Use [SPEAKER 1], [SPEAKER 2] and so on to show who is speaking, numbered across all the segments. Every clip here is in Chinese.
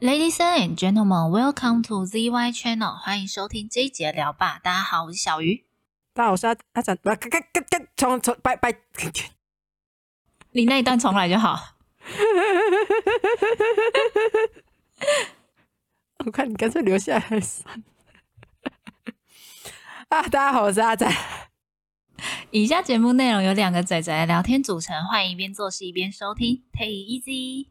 [SPEAKER 1] Ladies and gentlemen, welcome to ZY Channel，欢迎收听这一节聊吧。大家好，我是小鱼。
[SPEAKER 2] 大家好，我是阿阿展，不，嘎嘎嘎嘎，重重拜拜。
[SPEAKER 1] 你那一段重来就好。
[SPEAKER 2] 我看你干脆留下来算了。啊，大家好，我是阿展。
[SPEAKER 1] 以下节目内容由两个仔仔的聊天组成，欢迎一边做事一边收听，Take it easy。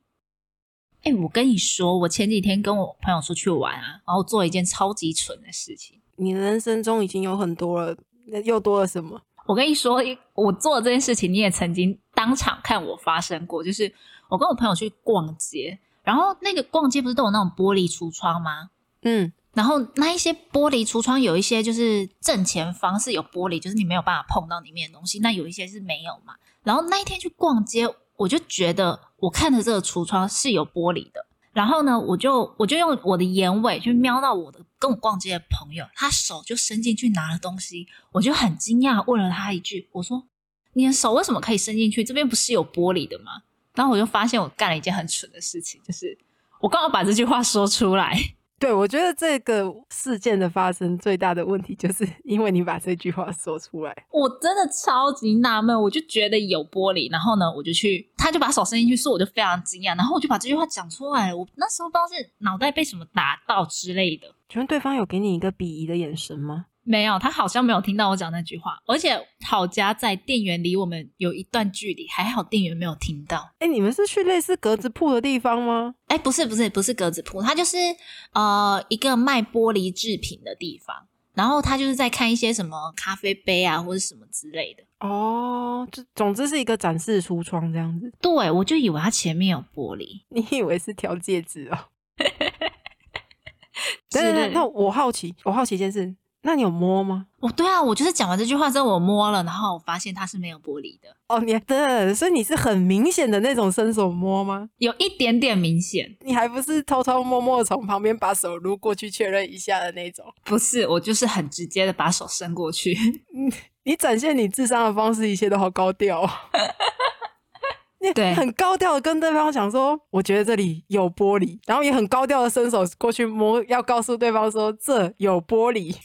[SPEAKER 1] 哎、我跟你说，我前几天跟我朋友出去玩啊，然后做一件超级蠢的事情。
[SPEAKER 2] 你的人生中已经有很多了，那又多了什么？
[SPEAKER 1] 我跟你说，我做的这件事情，你也曾经当场看我发生过。就是我跟我朋友去逛街，然后那个逛街不是都有那种玻璃橱窗吗？
[SPEAKER 2] 嗯，
[SPEAKER 1] 然后那一些玻璃橱窗有一些就是正前方是有玻璃，就是你没有办法碰到里面的东西。那有一些是没有嘛。然后那一天去逛街，我就觉得我看的这个橱窗是有玻璃的。然后呢，我就我就用我的眼尾去瞄到我的跟我逛街的朋友，他手就伸进去拿了东西，我就很惊讶，问了他一句：“我说你的手为什么可以伸进去？这边不是有玻璃的吗？”然后我就发现我干了一件很蠢的事情，就是我刚好把这句话说出来。
[SPEAKER 2] 对，我觉得这个事件的发生最大的问题，就是 因为你把这句话说出来。
[SPEAKER 1] 我真的超级纳闷，我就觉得有玻璃，然后呢，我就去，他就把手伸进去，说我就非常惊讶，然后我就把这句话讲出来了。我那时候不知道是脑袋被什么打到之类的，
[SPEAKER 2] 请问对方有给你一个鄙夷的眼神吗？
[SPEAKER 1] 没有，他好像没有听到我讲那句话。而且好家在店员离我们有一段距离，还好店员没有听到。
[SPEAKER 2] 哎，你们是去类似格子铺的地方吗？
[SPEAKER 1] 哎，不是不是不是格子铺，它就是呃一个卖玻璃制品的地方，然后他就是在看一些什么咖啡杯啊或者什么之类的。
[SPEAKER 2] 哦，就总之是一个展示橱窗这样子。
[SPEAKER 1] 对，我就以为他前面有玻璃。
[SPEAKER 2] 你以为是调戒指哦？
[SPEAKER 1] 之
[SPEAKER 2] 对对
[SPEAKER 1] 类
[SPEAKER 2] 对，
[SPEAKER 1] 的
[SPEAKER 2] 那我好奇，我好奇一件事，那你有摸吗？
[SPEAKER 1] 哦，对啊，我就是讲完这句话之后，我摸了，然后我发现它是没有玻璃的，
[SPEAKER 2] 哦，你 等等，所以你是很明显的那种伸手摸吗？
[SPEAKER 1] 有一点点明显。
[SPEAKER 2] 你还不是偷偷摸摸的从旁边把手撸过去确认一下的那种？
[SPEAKER 1] 不是，我就是很直接的把手伸过去。
[SPEAKER 2] 你展现你智商的方式，一切都好高调、哦。 你
[SPEAKER 1] 对
[SPEAKER 2] 很高调的跟对方讲说，我觉得这里有玻璃，然后也很高调的伸手过去摸，要告诉对方说这有玻璃。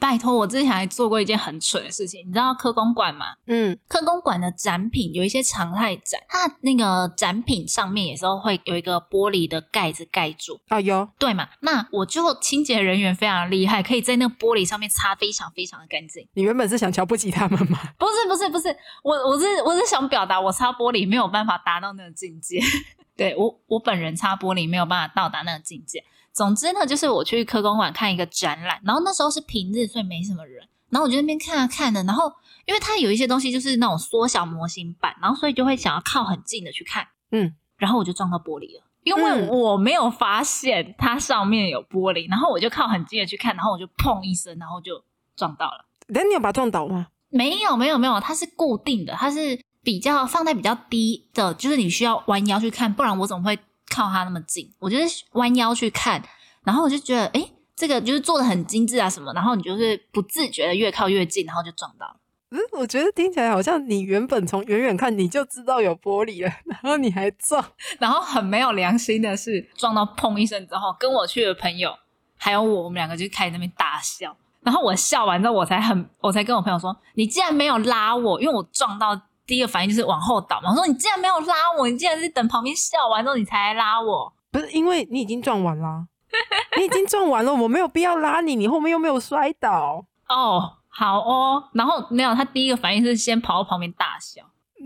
[SPEAKER 1] 拜托，我之前还做过一件很蠢的事情，你知道科工馆吗？
[SPEAKER 2] 嗯，
[SPEAKER 1] 科工馆的展品有一些常态展，它那个展品上面有时候会有一个玻璃的盖子盖住，
[SPEAKER 2] 哦有，
[SPEAKER 1] 对嘛？那我就清洁人员非常厉害，可以在那个玻璃上面擦非常非常的干净。
[SPEAKER 2] 你原本是想瞧不起他们吗？
[SPEAKER 1] 不是不是不是，我我是我是想表达，我擦玻璃没有办法达到那个境界。 对我我本人擦玻璃没有办法到达那个境界。总之呢，就是我去科工馆看一个展览，然后那时候是平日，所以没什么人。然后我就在那边看啊看的，然后因为它有一些东西就是那种缩小模型版，然后所以就会想要靠很近的去看。
[SPEAKER 2] 嗯，
[SPEAKER 1] 然后我就撞到玻璃了。因为
[SPEAKER 2] 嗯
[SPEAKER 1] 我没有发现它上面有玻璃，然后我就靠很近的去看，然后我就砰一声，然后就撞到了。
[SPEAKER 2] 但你有把他撞倒吗？
[SPEAKER 1] 没有，没有，没有，它是固定的，它是比较放在比较低的，就是你需要弯腰去看，不然我怎么会靠它那么近？我就是弯腰去看，然后我就觉得，诶，这个就是做的很精致啊什么，然后你就是不自觉的越靠越近，然后就撞到了。
[SPEAKER 2] 嗯，我觉得听起来好像你原本从远远看你就知道有玻璃了，然后你还撞，
[SPEAKER 1] 然后很没有良心的是，撞到砰一声之后，跟我去的朋友还有我，我们两个就开始那边大笑。然后我笑完之后，我才很，我才跟我朋友说：“你竟然没有拉我，因为我撞到第一个反应就是往后倒嘛。”我说：“你竟然没有拉我，你竟然是等旁边笑完之后你才来拉我。
[SPEAKER 2] 不是因为你已经撞完啦， 你已经撞完了，我没有必要拉你，你后面又没有摔倒，”
[SPEAKER 1] 哦，好哦。然后没有，他第一个反应是先跑到旁边大笑。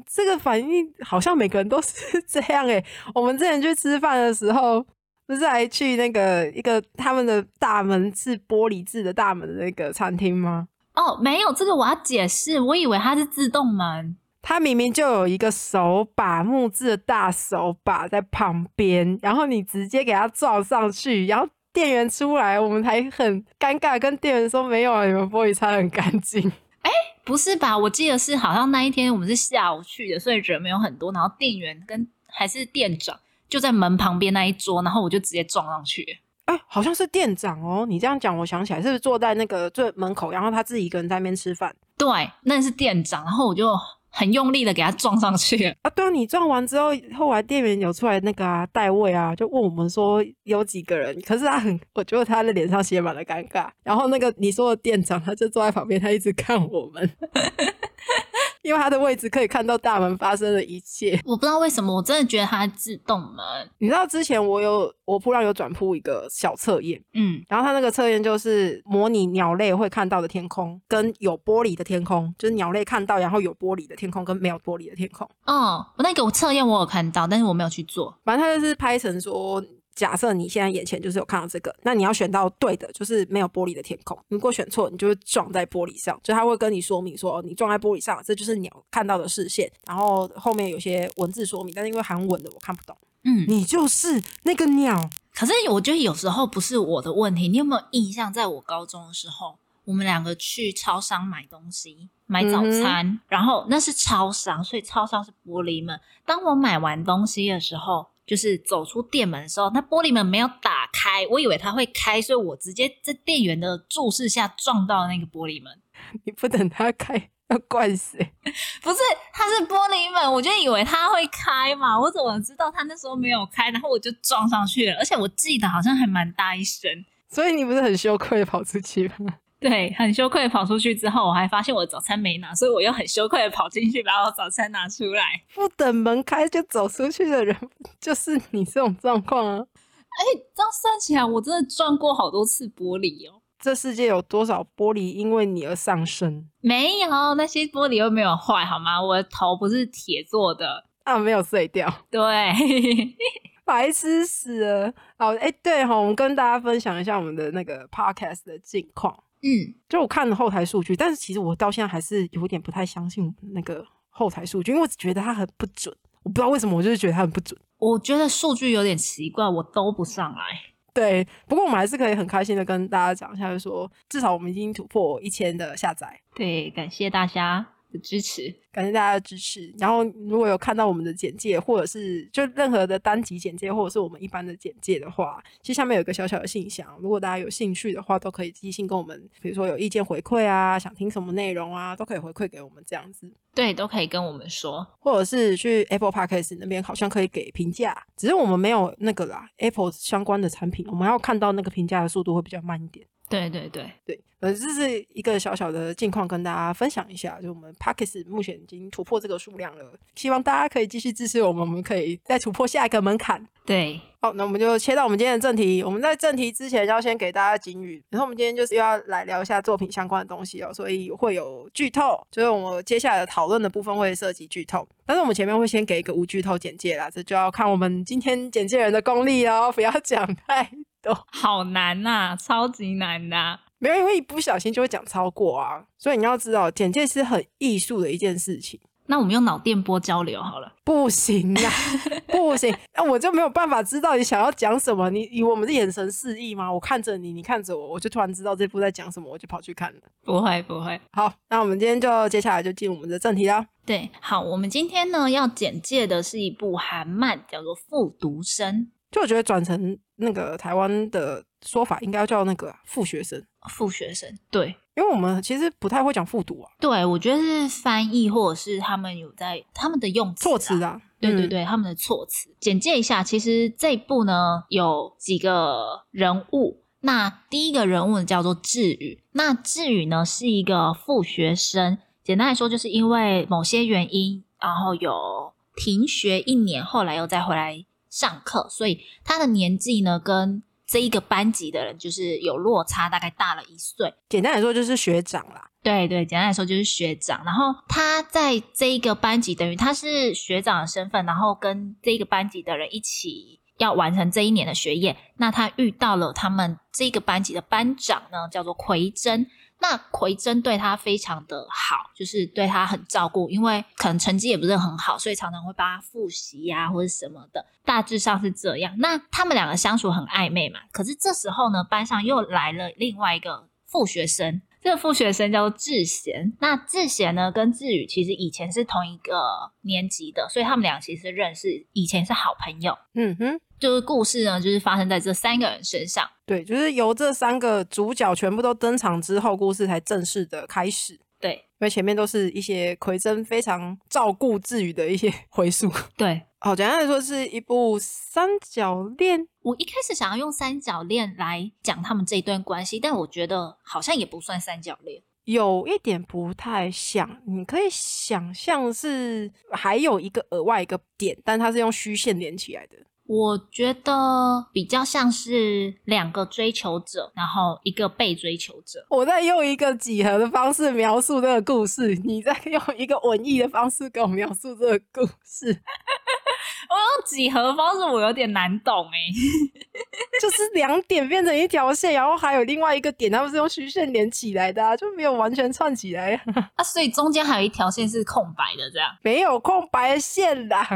[SPEAKER 2] 这个反应好像每个人都是这样诶、 我们之前去吃饭的时候，不是还去那个一个他们的大门是玻璃制的大门的那个餐厅吗？
[SPEAKER 1] 哦，没有，这个我要解释，我以为它是自动门。
[SPEAKER 2] 它明明就有一个手把木质的大手把在旁边，然后你直接给它撞上去，然后店员出来，我们还很尴尬，跟店员说没有啊，你们玻璃擦得很干净。
[SPEAKER 1] 不是吧？我记得是好像那一天我们是下午去的，所以人没有很多。然后店员跟还是店长就在门旁边那一桌，然后我就直接撞上去。
[SPEAKER 2] 哎、好像是店长哦，你这样讲，我想起来，是不是坐在那个最门口，然后他自己一个人在那边吃饭？
[SPEAKER 1] 对，那是店长，然后我就很用力的给它撞上去。
[SPEAKER 2] 啊，对啊，你撞完之后，后来店员有出来那个啊代位啊，就问我们说有几个人，可是他很，我觉得他的脸上写满了尴尬。然后那个你说的店长，他就坐在旁边，他一直看我们， 因为他的位置可以看到大门发生的一切。
[SPEAKER 1] 我不知道为什么，我真的觉得它自动门，
[SPEAKER 2] 你知道之前我有我铺浪有转铺一个小测验，
[SPEAKER 1] 嗯，
[SPEAKER 2] 然后它那个测验就是模拟鸟类会看到的天空，跟有玻璃的天空，就是鸟类看到然后有玻璃的天空跟没有玻璃的天空。
[SPEAKER 1] 哦，那个我测验我有看到，但是我没有去做。
[SPEAKER 2] 反正它就是拍成说，假设你现在眼前就是有看到这个，那你要选到对的，就是没有玻璃的天空。如果选错，你就会撞在玻璃上，就它会跟你说明说，哦，你撞在玻璃上，这就是鸟看到的视线。然后后面有些文字说明，但是因为韩文的我看不懂，
[SPEAKER 1] 嗯，
[SPEAKER 2] 你就是那个鸟。
[SPEAKER 1] 可是我觉得有时候不是我的问题，你有没有印象？在我高中的时候，我们两个去超商买东西，买早餐，然后那是超商，所以超商是玻璃门。当我买完东西的时候，就是走出店门的时候，那玻璃门没有打开，我以为它会开，所以我直接在店员的注视下撞到那个玻璃门。
[SPEAKER 2] 你不等它开，要怪谁？
[SPEAKER 1] 不是，它是玻璃门，我就以为它会开嘛，我怎么知道它那时候没有开？然后我就撞上去了，而且我记得好像还蛮大一声。
[SPEAKER 2] 所以你不是很羞愧地跑出去吗？
[SPEAKER 1] 对，很羞愧地跑出去之后，我还发现我的早餐没拿，所以我又很羞愧的跑进去把我早餐拿出来。
[SPEAKER 2] 不等门开就走出去的人，就是你这种状况啊！
[SPEAKER 1] 哎，这样算起来，我真的撞过好多次玻璃哦。
[SPEAKER 2] 这世界有多少玻璃因为你而上升
[SPEAKER 1] 没有，那些玻璃又没有坏，好吗？我的头不是铁做的。
[SPEAKER 2] 啊？没有碎掉，
[SPEAKER 1] 对，
[SPEAKER 2] 白痴死了！哦，哎，对哈、我们跟大家分享一下我们的那个 podcast 的近况。
[SPEAKER 1] 嗯，
[SPEAKER 2] 就我看了后台数据，但是其实我到现在还是有点不太相信我们那个后台数据，因为我只觉得它很不准。我不知道为什么，我就是觉得它很不准。
[SPEAKER 1] 我觉得数据有点奇怪，我都不上来。
[SPEAKER 2] 对，不过我们还是可以很开心的跟大家讲一下，就是说至少我们已经突破一千的下载，
[SPEAKER 1] 对，感谢大家的支持。
[SPEAKER 2] 感谢大家的支持。然后如果有看到我们的简介，或者是就任何的单集简介，或者是我们一般的简介的话，其实下面有一个小小的信箱，如果大家有兴趣的话，都可以寄信跟我们，比如说有意见回馈啊，想听什么内容啊，都可以回馈给我们这样子。
[SPEAKER 1] 对，都可以跟我们说。
[SPEAKER 2] 或者是去 Apple Podcast 那边好像可以给评价，只是我们没有那个啦，Apple 相关的产品，我们要看到那个评价的速度会比较慢一点。
[SPEAKER 1] 对对对，
[SPEAKER 2] 对，呃，这是一个小小的近况，跟大家分享一下。就我们 p a c k e s 目前已经突破这个数量了，希望大家可以继续支持我们，我们可以再突破下一个门槛。
[SPEAKER 1] 对，
[SPEAKER 2] 好，那我们就切到我们今天的正题。我们在正题之前要先给大家警语，然后我们今天就是又要来聊一下作品相关的东西哦，所以会有剧透，就是我们接下来的讨论的部分会涉及剧透。但是我们前面会先给一个无剧透简介啦，这就要看我们今天简介人的功力哦，不要讲太
[SPEAKER 1] 好难呐、超级难的、啊
[SPEAKER 2] 没有，因为一不小心就会讲超过啊，所以你要知道，简介是很艺术的一件事情，
[SPEAKER 1] 那我们用脑电波交流好了。
[SPEAKER 2] 不行啊，不行，那我就没有办法知道你想要讲什么。你以我们的眼神示意吗？我看着你，你看着我，我就突然知道这部在讲什么，我就跑去看了。
[SPEAKER 1] 不会不会，
[SPEAKER 2] 好，那我们今天就接下来就进我们的正题啦。
[SPEAKER 1] 对，好，我们今天呢要简介的是一部韩漫，叫做《复读生
[SPEAKER 2] 就我觉得转成那个台湾的说法，应该叫那个啊复学生，》
[SPEAKER 1] 复学生。对，
[SPEAKER 2] 因为我们其实不太会讲复读啊，
[SPEAKER 1] 对，我觉得是翻译或者是他们有在他们的用词啊
[SPEAKER 2] 措辞啊，
[SPEAKER 1] 对对
[SPEAKER 2] 嗯，
[SPEAKER 1] 对，他们的措辞。简介一下，其实这一部呢有几个人物。那第一个人物呢叫做智宇，那智宇呢是一个副学生，简单来说就是因为某些原因，然后有停学一年，后来又再回来上课，所以他的年纪呢跟这一个班级的人就是有落差，大概大了一岁。
[SPEAKER 2] 简单来说就是学长啦。
[SPEAKER 1] 对对，简单来说就是学长。然后他在这一个班级，等于他是学长的身份，然后跟这一个班级的人一起要完成这一年的学业。那他遇到了他们这个班级的班长呢，叫做奎真。那奎真对他非常的好，就是对他很照顾，因为可能成绩也不是很好，所以常常会帮他复习呀、或者什么的，大致上是这样。那他们两个相处很暧昧嘛，可是这时候呢，班上又来了另外一个副学生，这个副学生叫做智贤。那智贤呢，跟智宇其实以前是同一个年级的，所以他们俩其实认识，以前是好朋友。
[SPEAKER 2] 嗯哼。
[SPEAKER 1] 就是故事呢，就是发生在这三个人身上。
[SPEAKER 2] 对，就是由这三个主角全部都登场之后，故事才正式的开始。
[SPEAKER 1] 对，
[SPEAKER 2] 因为前面都是一些奎真非常照顾自语的一些 回溯。
[SPEAKER 1] 对
[SPEAKER 2] 好，简单来说是一部三角恋，
[SPEAKER 1] 我一开始想要用三角恋来讲他们这一段关系，但我觉得好像也不算三角恋。
[SPEAKER 2] 有一点不太像，你可以想象是还有一个额外一个点，但它是用虚线连起来的。
[SPEAKER 1] 我觉得比较像是两个追求者，然后一个被追求者。
[SPEAKER 2] 我在用一个几何的方式描述这个故事，你在用一个文艺的方式给我描述这个故事，
[SPEAKER 1] 我哦用几何方式，我有点难懂哎、
[SPEAKER 2] 就是两点变成一条线，然后还有另外一个点，他们是用虚线连起来的、啊，就没有完全串起来，
[SPEAKER 1] 啊，所以中间还有一条线是空白的，这样。
[SPEAKER 2] 没有空白线 啦。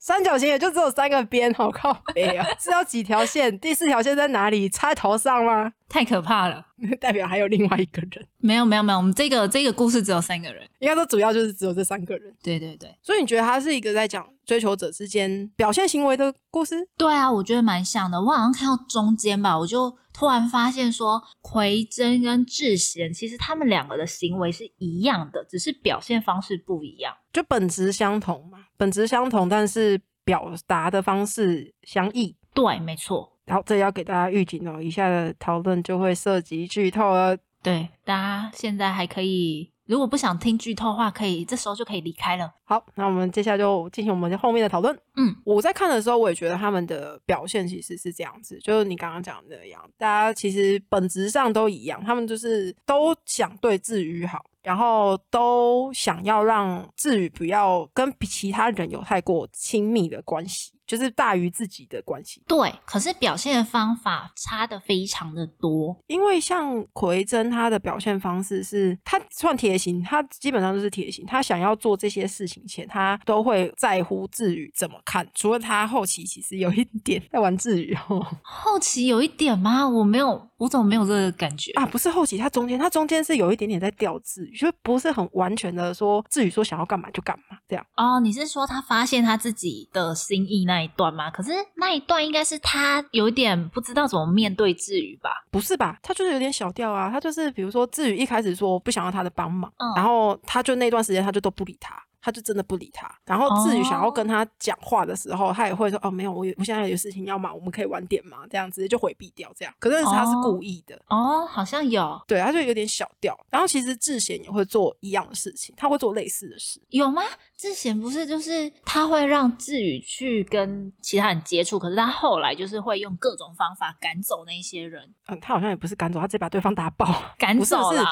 [SPEAKER 2] 三角形也就只有三个边，好靠北啊！是要几条线？第四条线在哪里？插在头上吗？
[SPEAKER 1] 太可怕了！
[SPEAKER 2] 代表还有另外一个人，
[SPEAKER 1] 没有没有没有，我们这个这个故事只有三个人。
[SPEAKER 2] 应该说主要就是只有这三个人。
[SPEAKER 1] 对对对，
[SPEAKER 2] 所以你觉得他是一个在讲追求者之间表现行为的故事？
[SPEAKER 1] 对啊，我觉得蛮像的。我好像看到中间吧，我就突然发现说，奎真跟智贤其实他们两个的行为是一样的，只是表现方式不一样。
[SPEAKER 2] 就本质相同嘛，本质相同，但是表达的方式相异。
[SPEAKER 1] 对，没错，
[SPEAKER 2] 然后这要给大家预警哦，以下的讨论就会涉及剧透了。
[SPEAKER 1] 对，大家现在还可以，如果不想听剧透的话，可以这时候就可以离开了。
[SPEAKER 2] 好，那我们接下来就进行我们后面的讨论。
[SPEAKER 1] 嗯，
[SPEAKER 2] 我在看的时候，我也觉得他们的表现其实是这样子，就是你刚刚讲的那样，大家其实本质上都一样，他们就是都想对志宇好，然后都想要让志宇不要跟其他人有太过亲密的关系，就是大于自己的关系。
[SPEAKER 1] 对，可是表现的方法差的非常的多。
[SPEAKER 2] 因为像奎真，他的表现方式是，他算贴心，他基本上就是贴心。他想要做这些事情前，他都会在乎志宇怎么看。除了他后期其实有一点在玩志宇哦，
[SPEAKER 1] 后期有一点吗？我没有，我怎么没有这个感觉？
[SPEAKER 2] 啊，不是后期，他中间，他中间是有一点点在吊志宇，就不是很完全的说志宇说想要干嘛就干嘛这样。
[SPEAKER 1] 哦，你是说他发现他自己的心意那一段吗？可是那一段应该是他有点不知道怎么面对至于吧？
[SPEAKER 2] 不是吧？他就是有点小调啊，他就是比如说志宇一开始说不想要他的帮忙，
[SPEAKER 1] 嗯
[SPEAKER 2] 然后他就那段时间他就都不理他。他就真的不理他，然后志宇想要跟
[SPEAKER 1] 哦
[SPEAKER 2] 他讲话的时候，他也会说哦没有，我有我现在有事情要忙，我们可以晚点嘛，这样直接就回避掉这样。可是他是
[SPEAKER 1] 哦
[SPEAKER 2] 故意的，
[SPEAKER 1] 哦，好像有
[SPEAKER 2] 对，他就有点小调。然后其实志贤也会做一样的事情，他会做类似的事，
[SPEAKER 1] 有吗？志贤不是就是他会让志宇去跟其他人接触，可是他后来就是会用各种方法赶走那些人，
[SPEAKER 2] 嗯，他好像也不是赶走，他直接把对方打爆。
[SPEAKER 1] 赶
[SPEAKER 2] 不是
[SPEAKER 1] 走
[SPEAKER 2] 不是
[SPEAKER 1] 啦。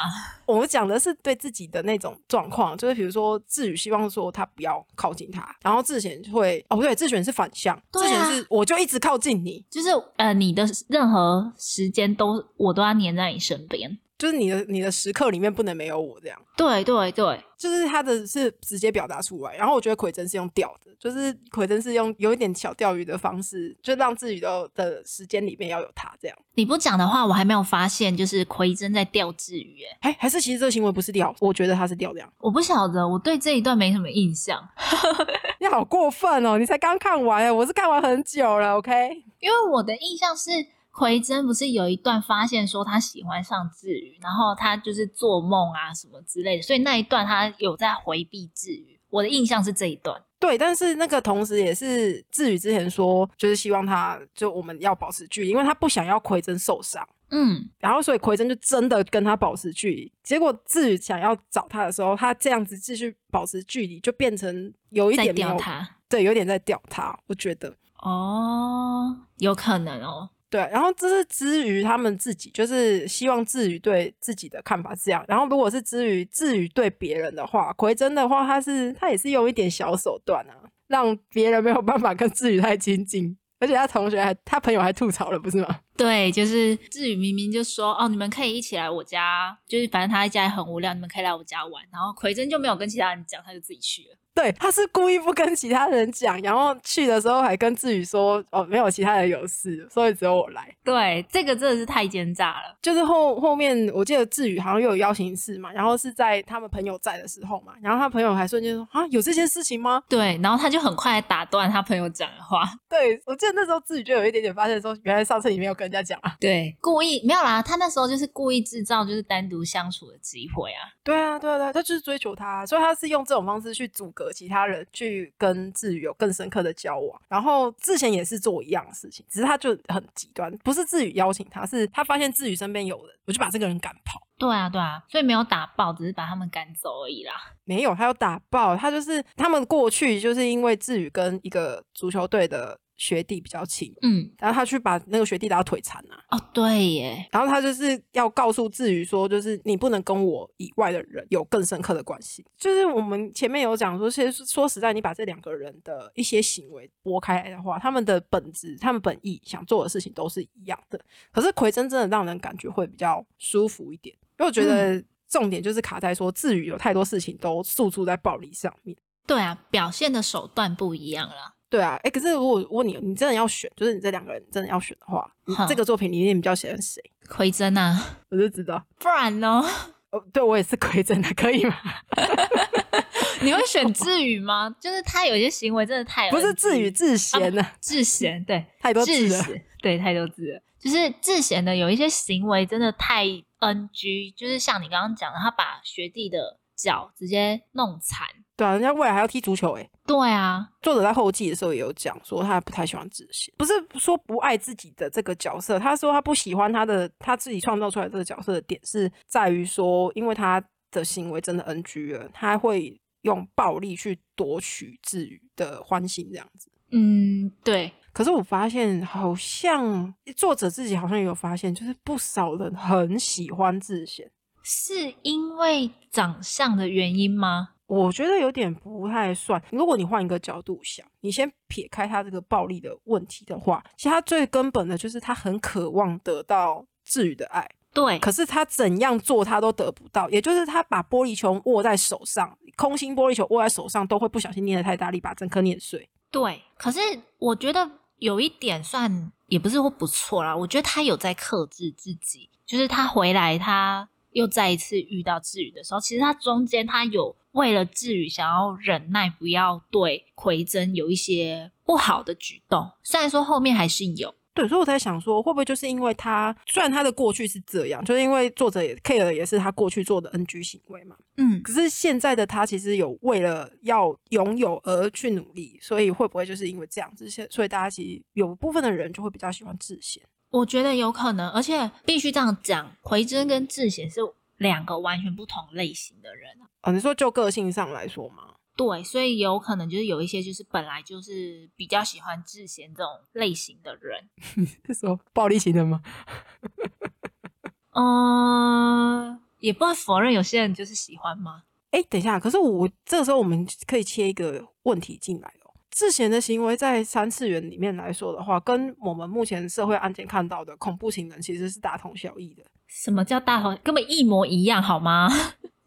[SPEAKER 2] 我们讲的是对自己的那种状况，就是比如说志宇希望说他不要靠近他，然后志贤会哦不对，志贤是反向，
[SPEAKER 1] 对
[SPEAKER 2] 志贤
[SPEAKER 1] 啊
[SPEAKER 2] 是我就一直靠近你，
[SPEAKER 1] 就是呃，你的任何时间都我都要黏在你身边。
[SPEAKER 2] 就是你的你的时刻里面不能没有我这样。
[SPEAKER 1] 对对对，
[SPEAKER 2] 就是他的是直接表达出来，然后我觉得奎真是用调的，就是奎真是用有一点小钓鱼的方式，就让自己的的时间里面要有他这样。
[SPEAKER 1] 你不讲的话，我还没有发现，就是奎真在钓志宇。欸
[SPEAKER 2] 哎，还是其实这个行为不是钓，我觉得他是钓这样。
[SPEAKER 1] 我不晓得，我对这一段没什么印象，
[SPEAKER 2] 你好过分哦！你才刚看完哎，我是看完很久了，OK？
[SPEAKER 1] 因为我的印象是奎真不是有一段发现说他喜欢上志宇，然后他就是做梦啊什么之类的，所以那一段他有在回避志宇。我的印象是这一段。
[SPEAKER 2] 对，但是那个同时也是志宇之前说，就是希望他就我们要保持距离，因为他不想要奎真受伤。
[SPEAKER 1] 嗯，
[SPEAKER 2] 然后所以奎真就真的跟他保持距离。结果志宇想要找他的时候，他这样子继续保持距离，就变成有一
[SPEAKER 1] 在
[SPEAKER 2] 点没
[SPEAKER 1] 钓
[SPEAKER 2] 有
[SPEAKER 1] 他。
[SPEAKER 2] 对，有点在吊他，我觉得。
[SPEAKER 1] 哦，有可能哦。
[SPEAKER 2] 对，然后这是之于他们自己，就是希望至于对自己的看法是这样。然后如果是至于至于对别人的话，奎真的话，他是他也是用一点小手段啊，让别人没有办法跟至于太亲近。而且他同学还他朋友还吐槽了，不是吗？
[SPEAKER 1] 对，就是志宇明明就说哦，你们可以一起来我家，就是反正他在家也很无聊，你们可以来我家玩。然后奎真就没有跟其他人讲，他就自己去了。
[SPEAKER 2] 对，他是故意不跟其他人讲，然后去的时候还跟志宇说：“哦，没有其他人有事，所以只有我来。
[SPEAKER 1] 对，这个真的是太奸诈了”。
[SPEAKER 2] 就是后后面我记得志宇好像又有邀请一次嘛，然后是在他们朋友在的时候嘛，然后他朋友还瞬间说：“啊，有这件事情吗
[SPEAKER 1] 对，然后他就很快地打断他朋友讲的话，？”
[SPEAKER 2] 对，我记得那时候志宇就有一点点发现说，原来上次你没有跟人家讲啊。
[SPEAKER 1] 对，故意没有啦，他那时候就是故意制造就是单独相处的机会啊。
[SPEAKER 2] 对啊，对啊，对啊，他就是追求他，所以他是用这种方式去阻隔其他人去跟志宇有更深刻的交往。然后之前也是做一样的事情，只是他就很极端，不是志宇邀请他，是他发现志宇身边有人，我就把这个人赶跑。
[SPEAKER 1] 对啊，对啊，所以没有打爆，只是把他们赶走而已啦。
[SPEAKER 2] 没有，他要打爆他，就是他们过去就是因为志宇跟一个足球队的学弟比较亲，
[SPEAKER 1] 嗯，
[SPEAKER 2] 然后他去把那个学弟打到腿残啊，
[SPEAKER 1] 哦，对耶，
[SPEAKER 2] 然后他就是要告诉志宇说，就是你不能跟我以外的人有更深刻的关系。就是我们前面有讲说，其实说实在，你把这两个人的一些行为拨开来的话，他们的本质、他们本意想做的事情都是一样的。可是奎真真的让人感觉会比较舒服一点，因为我觉得重点就是卡在说，志宇有太多事情都诉诸在暴力上面。
[SPEAKER 1] 对啊，表现的手段不一样啦。
[SPEAKER 2] 对啊，哎，可是如果我问你，你真的要选，就是你这两个人真的要选的话，你
[SPEAKER 1] 哼
[SPEAKER 2] 这个作品里面比较喜欢谁？
[SPEAKER 1] 奎真啊，
[SPEAKER 2] 我就知道。
[SPEAKER 1] 不然呢？
[SPEAKER 2] 哦，对我也是亏真的， 可以吗？
[SPEAKER 1] 你会选志宇吗？ 就是他有些行为真的太
[SPEAKER 2] 不是自语
[SPEAKER 1] 宇
[SPEAKER 2] 自贤呢、
[SPEAKER 1] 智贤， 对，
[SPEAKER 2] 太多字
[SPEAKER 1] 智
[SPEAKER 2] 了。
[SPEAKER 1] 贤，对，太多字了。就是智贤的有一些行为真的太 NG，就是像你刚刚讲的，他把学弟的脚直接弄残。
[SPEAKER 2] 对啊，人家未来还要踢足球诶、
[SPEAKER 1] 对啊，
[SPEAKER 2] 作者在后记的时候也有讲说，他不太喜欢自贤，不是说不爱自己的这个角色，他说他不喜欢他的他自己创造出来这个角色的点是在于说，因为他的行为真的 NG 了，他会用暴力去夺取治愈的欢心这样子。
[SPEAKER 1] 嗯，对，
[SPEAKER 2] 可是我发现，好像作者自己好像也有发现，就是不少人很喜欢自贤。
[SPEAKER 1] 是因为长相的原因吗？
[SPEAKER 2] 我觉得有点不太算。如果你换一个角度想，你先撇开他这个暴力的问题的话，其实他最根本的就是他很渴望得到治愈的爱，
[SPEAKER 1] 对，
[SPEAKER 2] 可是他怎样做他都得不到，也就是他把玻璃球握在手上，空心玻璃球握在手上都会不小心捏得太大力，把整颗捏碎。
[SPEAKER 1] 对，可是我觉得有一点算也不是说不错啦，我觉得他有在克制自己，就是他回来他又再一次遇到志宇的时候，其实他中间他有为了志宇想要忍耐，不要对奎真有一些不好的举动，虽然说后面还是有，
[SPEAKER 2] 对，所以我在想说，会不会就是因为他，虽然他的过去是这样，就是因为作者也 care 的也是他过去做的 NG 行为嘛，
[SPEAKER 1] 嗯，
[SPEAKER 2] 可是现在的他其实有为了要拥有而去努力，所以会不会就是因为这样子，所以所以大家其实有部分的人就会比较喜欢智贤。
[SPEAKER 1] 我觉得有可能，而且必须这样讲，奎真跟志贤是两个完全不同类型的人啊
[SPEAKER 2] 哦，你说就个性上来说吗？
[SPEAKER 1] 对，所以有可能就是有一些就是本来就是比较喜欢智贤这种类型的人，
[SPEAKER 2] 是说暴力型的 吗？
[SPEAKER 1] 嗯、也不能否认有些人就是喜欢嘛。
[SPEAKER 2] 哎，等一下，可是我这时候我们可以切一个问题进来哦。智贤的行为在三次元里面来说的话，跟我们目前社会案件看到的恐怖情人其实是大同小异的。
[SPEAKER 1] 什么叫大同？根本一模一样，好吗？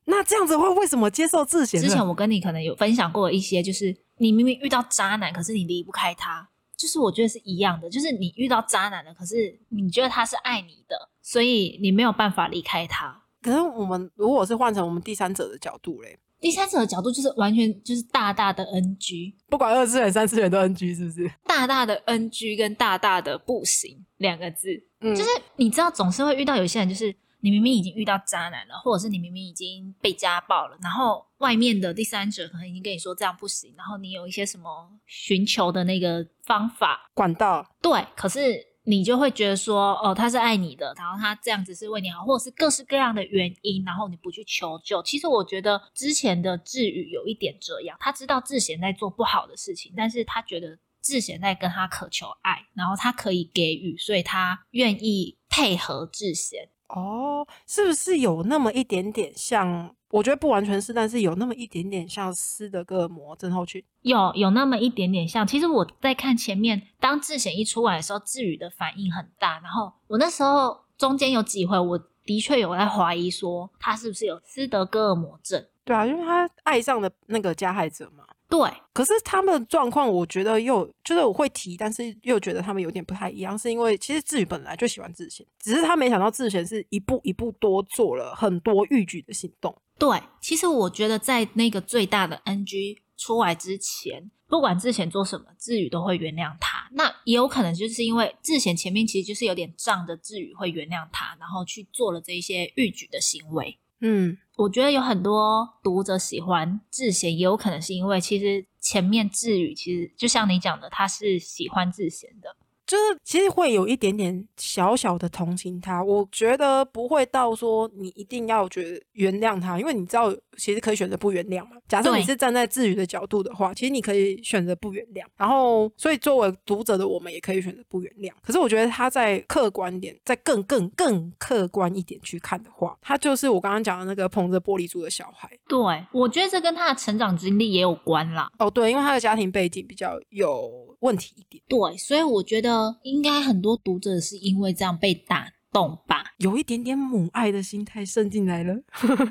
[SPEAKER 2] 那这样子的话，为什么接受智贤呢？
[SPEAKER 1] 之前我跟你可能有分享过一些，就是你明明遇到渣男，可是你离不开他，就是我觉得是一样的，就是你遇到渣男了，可是你觉得他是爱你的，所以你没有办法离开他。
[SPEAKER 2] 可是我们如果是换成我们第三者的角度嘞，
[SPEAKER 1] 第三者的角度就是完全就是大大的 NG，
[SPEAKER 2] 不管二次元、三次元都 NG 是不是？
[SPEAKER 1] 大大的 NG 跟大大的不行两个字，
[SPEAKER 2] 嗯，
[SPEAKER 1] 就是你知道，总是会遇到有些人，就是你明明已经遇到渣男了，或者是你明明已经被家暴了，然后外面的第三者可能已经跟你说这样不行，然后你有一些什么寻求的那个方法，
[SPEAKER 2] 管道，
[SPEAKER 1] 对，可是你就会觉得说，哦，他是爱你的，然后他这样子是为你好，或者是各式各样的原因，然后你不去求救。其实我觉得之前的志宇有一点这样，他知道志贤在做不好的事情，但是他觉得志贤在跟他渴求爱，然后他可以给予，所以他愿意配合志贤。
[SPEAKER 2] 哦，是不是有那么一点点像？我觉得不完全是，但是有那么一点点像斯德哥尔摩症候群。
[SPEAKER 1] 有有那么一点点像，其实我在看前面，当志贤一出来的时候，志宇的反应很大，然后我那时候中间有几回，我的确有在怀疑说他是不是有斯德哥尔摩症，
[SPEAKER 2] 对啊，因为他爱上了那个加害者嘛。
[SPEAKER 1] 对，
[SPEAKER 2] 可是他们的状况，我觉得又就是我会提，但是又觉得他们有点不太一样，是因为其实志宇本来就喜欢志贤，只是他没想到志贤是一步一步多做了很多逾矩的行动。
[SPEAKER 1] 对，其实我觉得在那个最大的 NG 出来之前，不管志贤做什么，志宇都会原谅他。那也有可能就是因为志贤前面其实就是有点仗着志宇会原谅他，然后去做了这一些逾矩的行为。
[SPEAKER 2] 嗯，
[SPEAKER 1] 我觉得有很多读者喜欢志贤，也有可能是因为其实前面志宇其实就像你讲的，他是喜欢志贤的。
[SPEAKER 2] 就是其实会有一点点小小的同情他，我觉得不会到说你一定要觉得原谅他，因为你知道其实可以选择不原谅嘛。假设
[SPEAKER 1] 对
[SPEAKER 2] 你是站在自己的角度的话，其实你可以选择不原谅，然后所以作为读者的我们也可以选择不原谅。可是我觉得他在客观点，在更更更客观一点去看的话，他就是我刚刚讲的那个捧着玻璃珠的小孩。
[SPEAKER 1] 对，我觉得这跟他的成长经历也有关啦。
[SPEAKER 2] 哦，对，因为他的家庭背景比较有问题一点，
[SPEAKER 1] 对，所以我觉得应该很多读者是因为这样被打动吧。
[SPEAKER 2] 有一点点母爱的心态渗进来了。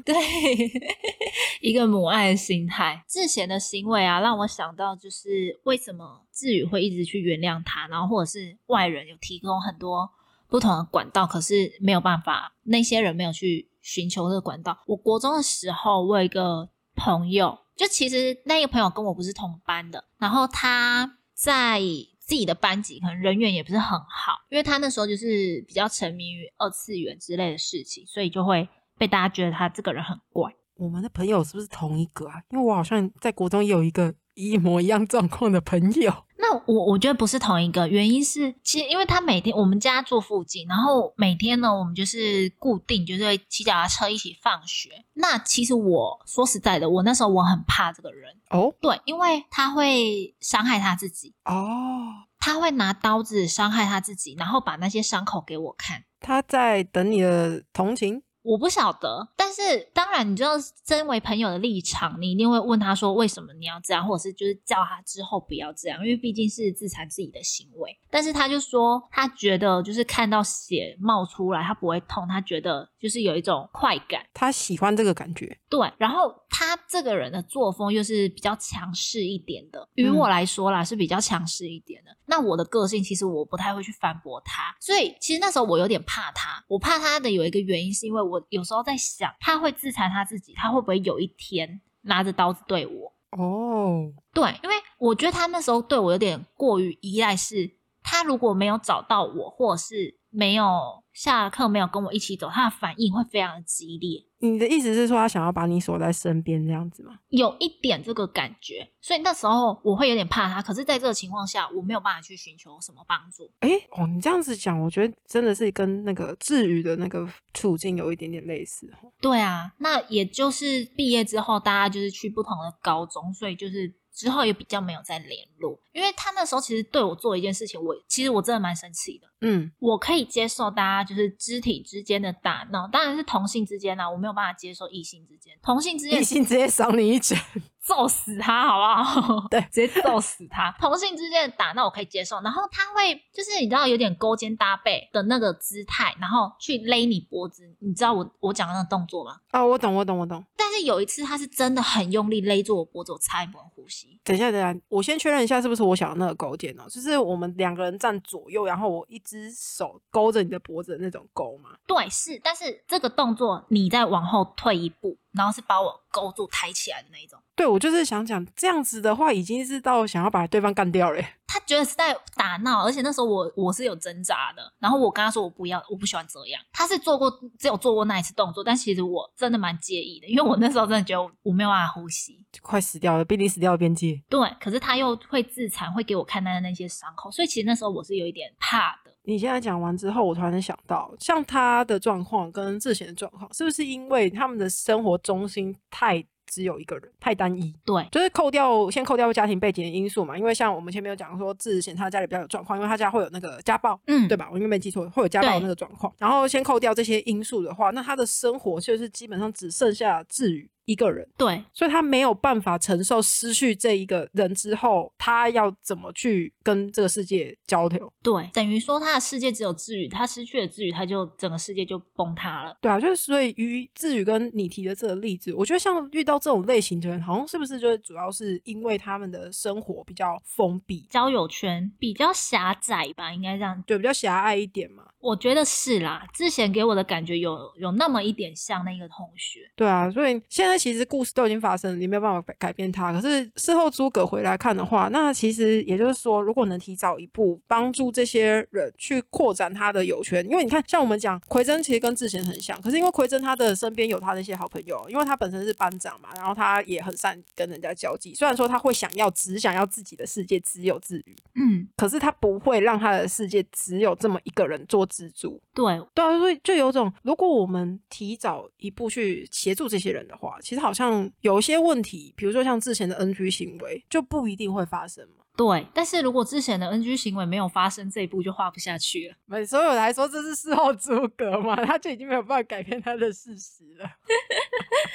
[SPEAKER 1] 对， 一个母爱的心态。志贤的行为啊，让我想到就是为什么志宇会一直去原谅他，然后或者是外人有提供很多不同的管道，可是没有办法，那些人没有去寻求这个管道。我国中的时候，我有一个朋友，就其实那个朋友跟我不是同班的，然后他在自己的班级可能人缘也不是很好，因为他那时候就是比较沉迷于二次元之类的事情，所以就会被大家觉得他这个人很怪。
[SPEAKER 2] 我们的朋友是不是同一个啊？因为我好像在国中也有一个一模一样状况的朋友。
[SPEAKER 1] 那我我觉得不是同一个，原因是其实因为他每天我们家住附近，然后每天呢我们就是固定就是会骑脚踏车一起放学。那其实我说实在的，我那时候我很怕这个人，
[SPEAKER 2] 哦
[SPEAKER 1] 对，因为他会伤害他自己，
[SPEAKER 2] 哦，
[SPEAKER 1] 他会拿刀子伤害他自己，然后把那些伤口给我看。
[SPEAKER 2] 他在等你的同情。
[SPEAKER 1] 我不晓得，但是当然，你知道，身为朋友的立场，你一定会问他说为什么你要这样，或者是就是叫他之后不要这样，因为毕竟是自残自己的行为。但是他就说，他觉得就是看到血冒出来，他不会痛，他觉得就是有一种快感。
[SPEAKER 2] 他喜欢这个感觉，
[SPEAKER 1] 对，然后他这个人的作风又是比较强势一点的，于
[SPEAKER 2] 嗯
[SPEAKER 1] 我来说啦是比较强势一点的。那我的个性其实我不太会去反驳他，所以其实那时候我有点怕他。我怕他的有一个原因是因为我有时候在想，他会自残他自己，他会不会有一天拿着刀子对我？
[SPEAKER 2] 哦，
[SPEAKER 1] 对，因为我觉得他那时候对我有点过于依赖是，他如果没有找到我，或者是没有下课没有跟我一起走，他的反应会非常的激烈。
[SPEAKER 2] 你的意思是说他想要把你锁在身边这样子吗？
[SPEAKER 1] 有一点这个感觉，所以那时候我会有点怕他。可是，在这个情况下，我没有办法去寻求什么帮助。
[SPEAKER 2] 诶，哦，你这样子讲，我觉得真的是跟那个治愈的那个处境有一点点类似哦。
[SPEAKER 1] 对啊，那也就是毕业之后，大家就是去不同的高中，所以就是之后也比较没有再联络。因为他那时候其实对我做一件事情，我其实我真的蛮生气的。
[SPEAKER 2] 嗯，
[SPEAKER 1] 我可以接受大家就是肢体之间的打闹，当然是同性之间啊啦、我没有办法接受异性之间。同性之间
[SPEAKER 2] 异性直接赏你一拳，
[SPEAKER 1] 揍死他，好不好？
[SPEAKER 2] 对
[SPEAKER 1] 直接揍死他。同性之间的打闹我可以接受，然后他会就是你知道有点勾肩搭背的那个姿态，然后去勒你脖子，你知道我我讲的那个动作吗？
[SPEAKER 2] 哦，我懂，我懂，我懂。
[SPEAKER 1] 但是有一次他是真的很用力勒住我脖子，我差点不能呼吸。
[SPEAKER 2] 等一下，等一下，我先确认一下是不是我想的那个勾肩哦、就是我们两个人站左右，然后我一只手勾着你的脖子的那种勾嘛。
[SPEAKER 1] 对，是，但是这个动作你再往后退一步，然后是把我勾住抬起来的那一种。
[SPEAKER 2] 对，我就是想讲这样子的话，已经是到想要把对方干掉了欸。
[SPEAKER 1] 他觉得是在打闹，而且那时候我我是有挣扎的，然后我跟他说我不要，我不喜欢这样。他是做过只有做过那一次动作，但其实我真的蛮介意的，因为我那时候真的觉得我我没有办法呼吸。
[SPEAKER 2] 就快死掉了，濒临死掉的边界。
[SPEAKER 1] 对，可是他又会自残，会给我看他的那些伤口，所以其实那时候我是有一点怕的。
[SPEAKER 2] 你现在讲完之后，我突然想到，像他的状况跟志贤的状况，是不是因为他们的生活中心太只有一个人，太单一？
[SPEAKER 1] 对
[SPEAKER 2] 就是扣掉先扣掉家庭背景的因素嘛，因为像我们前面有讲说，志贤他家里比较有状况，因为他家会有那个家暴，
[SPEAKER 1] 嗯
[SPEAKER 2] 对吧？我应该没记错，会有家暴
[SPEAKER 1] 对
[SPEAKER 2] 那个状况。然后先扣掉这些因素的话，那他的生活就是基本上只剩下治愈一个人，
[SPEAKER 1] 对，
[SPEAKER 2] 所以他没有办法承受失去这一个人之后，他要怎么去跟这个世界交流？
[SPEAKER 1] 对，等于说他的世界只有治愈，他失去了治愈，他就整个世界就崩塌了。
[SPEAKER 2] 对啊，就是所以于志宇跟你提的这个例子，我觉得像遇到这种类型的人，好像是不是就是主要是因为他们的生活比较封闭，
[SPEAKER 1] 交友圈比较狭窄吧，应该这样，
[SPEAKER 2] 对，比较狭隘一点嘛。
[SPEAKER 1] 我觉得是啦。之前给我的感觉有有那么一点像那个同学，
[SPEAKER 2] 对啊，所以现在其实故事都已经发生了，你没有办法改改变它。可是事后诸葛回来看的话，那其实也就是说，如果能提早一步帮助这些人去扩展他的友圈，因为你看，像我们讲奎真其实跟志贤很像，可是因为奎真他的身边有他的一些好朋友，因为他本身是班长嘛，然后他也很善跟人家交际。虽然说他会想要只想要自己的世界只有自娱，
[SPEAKER 1] 嗯，
[SPEAKER 2] 可是他不会让他的世界只有这么一个人做支柱。
[SPEAKER 1] 对，
[SPEAKER 2] 对啊，所以就有种，如果我们提早一步去协助这些人的话，其实好像有一些问题，比如说像之前的 NG 行为，就不一定会发生嘛。
[SPEAKER 1] 对，但是如果之前的 NG 行为没有发生，这一步就画不下去了。
[SPEAKER 2] 没，所以我来说这是事后诸葛嘛，他就已经没有办法改变他的事实了。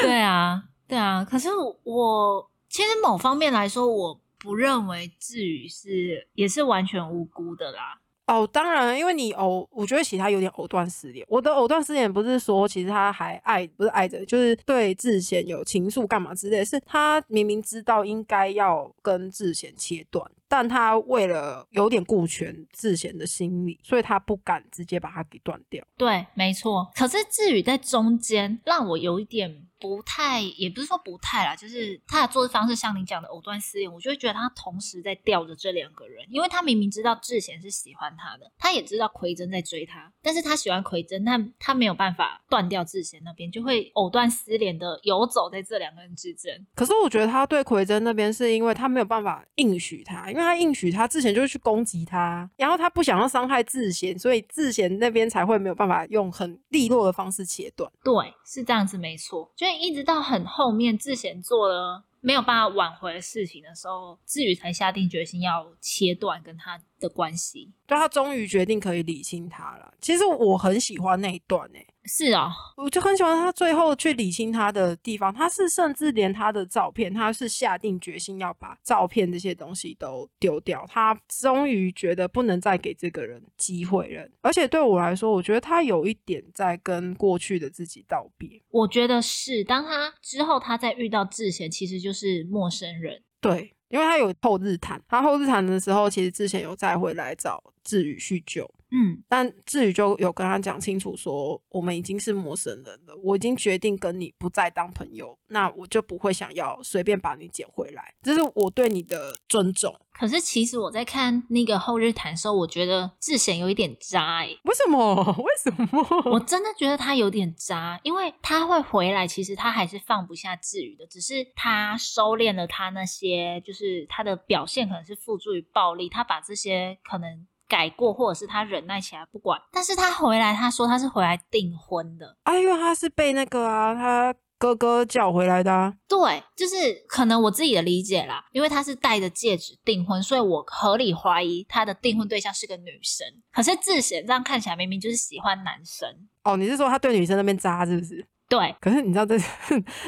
[SPEAKER 1] 对啊，对啊。可是我其实某方面来说，我不认为志宇是也是完全无辜的啦。
[SPEAKER 2] 哦，当然，因为你藕，我觉得其实他有点藕断丝连。我的藕断丝连不是说其实他还爱，不是爱着，就是对志贤有情愫干嘛之类，是他明明知道应该要跟志贤切断，但他为了有点顾全志贤的心理，所以他不敢直接把他给断掉。
[SPEAKER 1] 对，没错。可是志宇在中间让我有一点不太，也不是说不太啦，就是他的做事方式像你讲的藕断丝连，我就会觉得他同时在吊着这两个人，因为他明明知道志贤是喜欢他的，他也知道奎真在追他，但是他喜欢奎真，但他没有办法断掉志贤那边，就会藕断丝连的游走在这两个人之间。
[SPEAKER 2] 可是我觉得他对奎真那边是因为他没有办法应许他，因为他应许他之前就是去攻击他，然后他不想要伤害志贤，所以志贤那边才会没有办法用很利落的方式切断。
[SPEAKER 1] 对，是这样子，没错。就是一直到很后面，志贤做了没有办法挽回的事情的时候，志宇才下定决心要切断跟他的关系。
[SPEAKER 2] 就他终于决定可以理清他了。其实我很喜欢那一段诶、
[SPEAKER 1] 是啊、
[SPEAKER 2] 我就很喜欢他最后去理清他的地方。他是甚至连他的照片，他是下定决心要把照片这些东西都丢掉。他终于觉得不能再给这个人机会了。而且对我来说，我觉得他有一点在跟过去的自己道别。
[SPEAKER 1] 我觉得是。当他之后，他再遇到志贤，其实就是陌生人。
[SPEAKER 2] 对，因为他有后日谈，他后日谈的时候，其实之前有再回来找志宇叙旧。
[SPEAKER 1] 嗯，
[SPEAKER 2] 但志宇就有跟他讲清楚说，我们已经是陌生人了，我已经决定跟你不再当朋友，那我就不会想要随便把你捡回来，这是我对你的尊重。
[SPEAKER 1] 可是其实我在看那个后日谈的时候，我觉得志贤有一点渣哎、
[SPEAKER 2] 为什么？ 为什
[SPEAKER 1] 我
[SPEAKER 2] 么？
[SPEAKER 1] 真的觉得他有点渣，因为他会回来，其实他还是放不下志宇的，只是他收敛了他那些，就是他的表现可能是付诸于暴力，他把这些可能改过，或者是他忍耐起来不管。但是他回来，他说他是回来订婚的，
[SPEAKER 2] 啊，因为他是被那个啊，他哥哥叫回来的、啊。
[SPEAKER 1] 对，就是可能我自己的理解啦，因为他是戴着戒指订婚，所以我合理怀疑他的订婚对象是个女生。可是志贤这样看起来明明就是喜欢男生，
[SPEAKER 2] 哦，你是说他对女生那边渣是不是？
[SPEAKER 1] 对，
[SPEAKER 2] 可是你知道这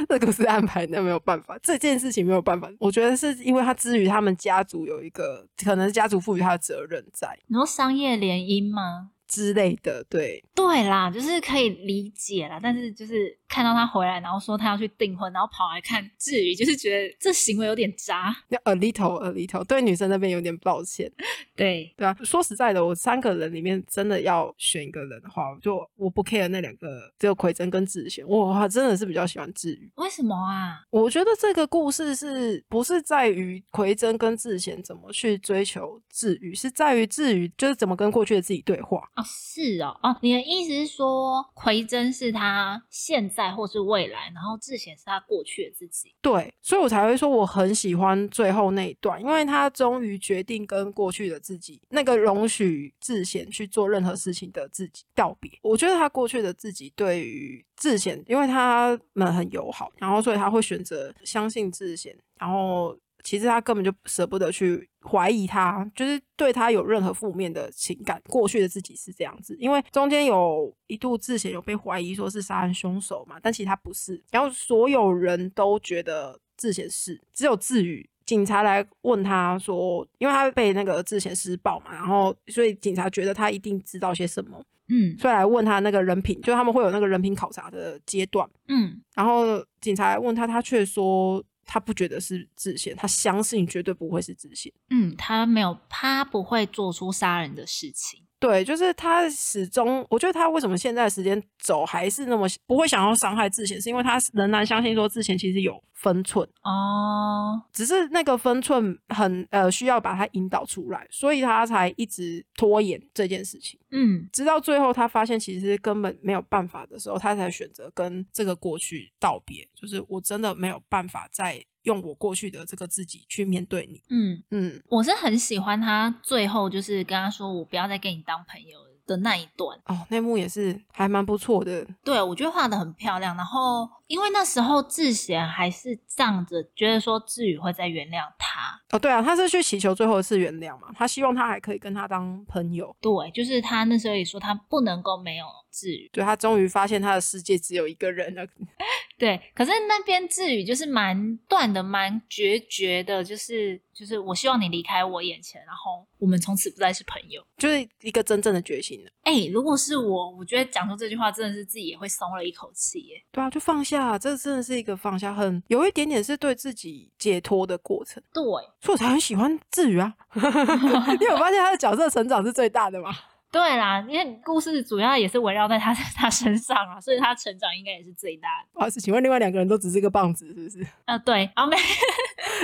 [SPEAKER 2] 这故事安排那没有办法，这件事情没有办法。我觉得是因为他之于他们家族有一个可能是家族赋予他的责任在
[SPEAKER 1] 你说商业联姻吗？
[SPEAKER 2] 之类的，对。
[SPEAKER 1] 对啦，就是可以理解啦，但是就是看到他回来，然后说他要去订婚，然后跑来看至于就是觉得这行为有点渣。
[SPEAKER 2] 那 a little a little，对女生那边有点抱歉，
[SPEAKER 1] 对，
[SPEAKER 2] 对啊。说实在的，我三个人里面真的要选一个人的话，我就我不 care 那两个，只有奎真跟志贤，我真的是比较喜欢志宇。
[SPEAKER 1] 为什么啊？
[SPEAKER 2] 我觉得这个故事是不是在于奎真跟志贤怎么去追求志宇，是在于志宇就是怎么跟过去的自己对话。
[SPEAKER 1] 哦，是哦，哦，你的意思是说奎真是他现在或是未来，然后志贤是他过去的自己。
[SPEAKER 2] 对，所以我才会说我很喜欢最后那一段，因为他终于决定跟过去的自己，那个容许志贤去做任何事情的自己道别。我觉得他过去的自己对于志贤，因为他们很友好，然后所以他会选择相信志贤，然后。其实他根本就舍不得去怀疑他，就是对他有任何负面的情感。过去的自己是这样子，因为中间有一度志贤有被怀疑说是杀人凶手嘛，但其实他不是。然后所有人都觉得志贤是，只有志宇。警察来问他说，因为他被那个志贤施暴嘛，然后所以警察觉得他一定知道些什么，
[SPEAKER 1] 嗯
[SPEAKER 2] 所以来问他那个人品，就他们会有那个人品考察的阶段。
[SPEAKER 1] 嗯，
[SPEAKER 2] 然后警察来问他，他却说他不觉得是自贤，他相信绝对不会是自贤。
[SPEAKER 1] 嗯，他没有，他不会做出杀人的事情。
[SPEAKER 2] 对，就是他始终，我觉得他为什么现在时间走还是那么不会想要伤害自贤，是因为他仍然相信说自贤其实有分寸，
[SPEAKER 1] 哦，
[SPEAKER 2] 只是那个分寸很呃需要把它引导出来，所以他才一直拖延这件事情，
[SPEAKER 1] 嗯
[SPEAKER 2] 直到最后他发现其实根本没有办法的时候，他才选择跟这个过去道别，就是我真的没有办法再用我过去的这个自己去面对你，
[SPEAKER 1] 嗯，
[SPEAKER 2] 嗯，
[SPEAKER 1] 我是很喜欢他最后就是跟他说我不要再跟你当朋友的那一段。
[SPEAKER 2] 哦，那幕也是还蛮不错的，
[SPEAKER 1] 对，我觉得画的很漂亮。然后，因为那时候志贤还是仗着觉得说志宇会再原谅他，
[SPEAKER 2] 哦，对啊，他是去祈求最后一次原谅嘛，他希望他还可以跟他当朋友。
[SPEAKER 1] 对，就是他那时候也说他不能够没有志宇。
[SPEAKER 2] 对他终于发现他的世界只有一个人了，
[SPEAKER 1] 对，可是那边志宇就是蛮断的，蛮决绝的，就是就是我希望你离开我眼前，然后我们从此不再是朋友。
[SPEAKER 2] 就是一个真正的决心了。
[SPEAKER 1] 哎、如果是我，我觉得讲出这句话真的是自己也会松了一口气耶。
[SPEAKER 2] 对啊，就放下，这真的是一个放下，很有一点点是对自己解脱的过程，
[SPEAKER 1] 对，
[SPEAKER 2] 所以我才很喜欢志宇啊。 你有发现他的角色成长是最大的吗？
[SPEAKER 1] 对啦，因为故事主要也是围绕在他 他身上啊，所以他成长应该也是最大的。
[SPEAKER 2] 不好意思，请问另外两个人都只是个棒子，是不是？
[SPEAKER 1] 啊、对，啊没，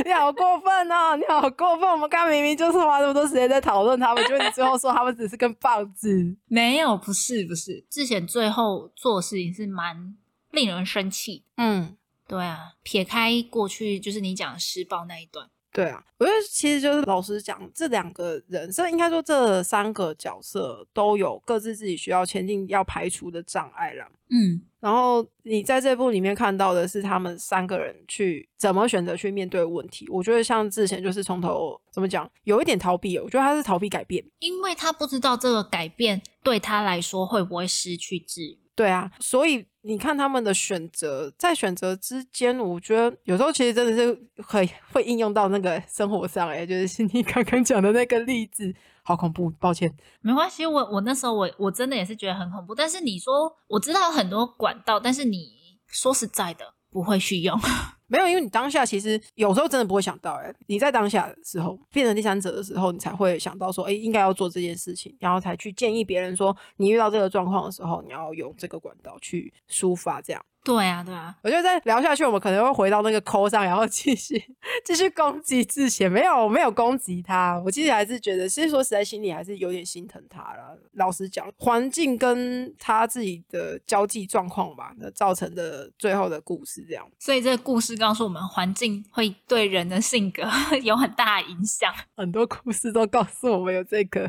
[SPEAKER 2] 你好过分哦！你好过分！我们刚刚明明就是花那么多时间在讨论他们，结果你最后说他们只是根棒子。
[SPEAKER 1] 没有，不是不是，志贤最后做的事情是蛮令人生气的。
[SPEAKER 2] 嗯，
[SPEAKER 1] 对啊，撇开过去就是你讲的施暴那一段，
[SPEAKER 2] 对啊，我觉得其实就是老实讲，这两个人，甚至应该说这三个角色都有各自自己需要前进、要排除的障碍啦。
[SPEAKER 1] 嗯
[SPEAKER 2] 然后你在这部里面看到的是他们三个人去怎么选择去面对问题。我觉得像之前就是从头怎么讲，有一点逃避，我觉得他是逃避改变。
[SPEAKER 1] 因为他不知道这个改变对他来说会不会失去志宇。
[SPEAKER 2] 对啊，所以你看他们的选择，在选择之间，我觉得有时候其实真的是很会应用到那个生活上、欸，哎，就是 你刚刚讲的那个例子，好恐怖，抱歉。
[SPEAKER 1] 没关系，我我那时候我我真的也是觉得很恐怖。但是你说我知道很多管道，但是你说实在的不会去用。
[SPEAKER 2] 没有，因为你当下其实有时候真的不会想到、欸，哎，你在当下的时候变成第三者的时候，你才会想到说，哎、应该要做这件事情，然后才去建议别人说，你遇到这个状况的时候，你要用这个管道去抒发。这样，
[SPEAKER 1] 对啊，对啊，
[SPEAKER 2] 我觉得再聊下去，我们可能会回到那个抠上，然后继续继续攻击志贤。没有，我没有攻击他，我其实还是觉得，其实说实在，心里还是有点心疼他了。老实讲，环境跟他自己的交际状况吧，那造成的最后的故事这样。
[SPEAKER 1] 所以这个故事告诉我们，环境会对人的性格 有很大的影响。
[SPEAKER 2] 很多故事都告诉我们有这个，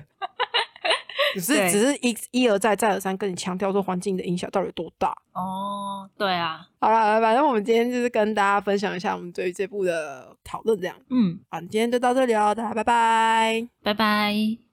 [SPEAKER 2] 只是
[SPEAKER 1] 对
[SPEAKER 2] 只是一一而再再而三跟你强调说环境的影响到底有多大。
[SPEAKER 1] 哦，对啊，
[SPEAKER 2] 好了，反正我们今天就是跟大家分享一下我们对于这部的讨论，这样
[SPEAKER 1] 嗯，
[SPEAKER 2] 啊，今天就到这里哦，大家拜拜。
[SPEAKER 1] 拜拜。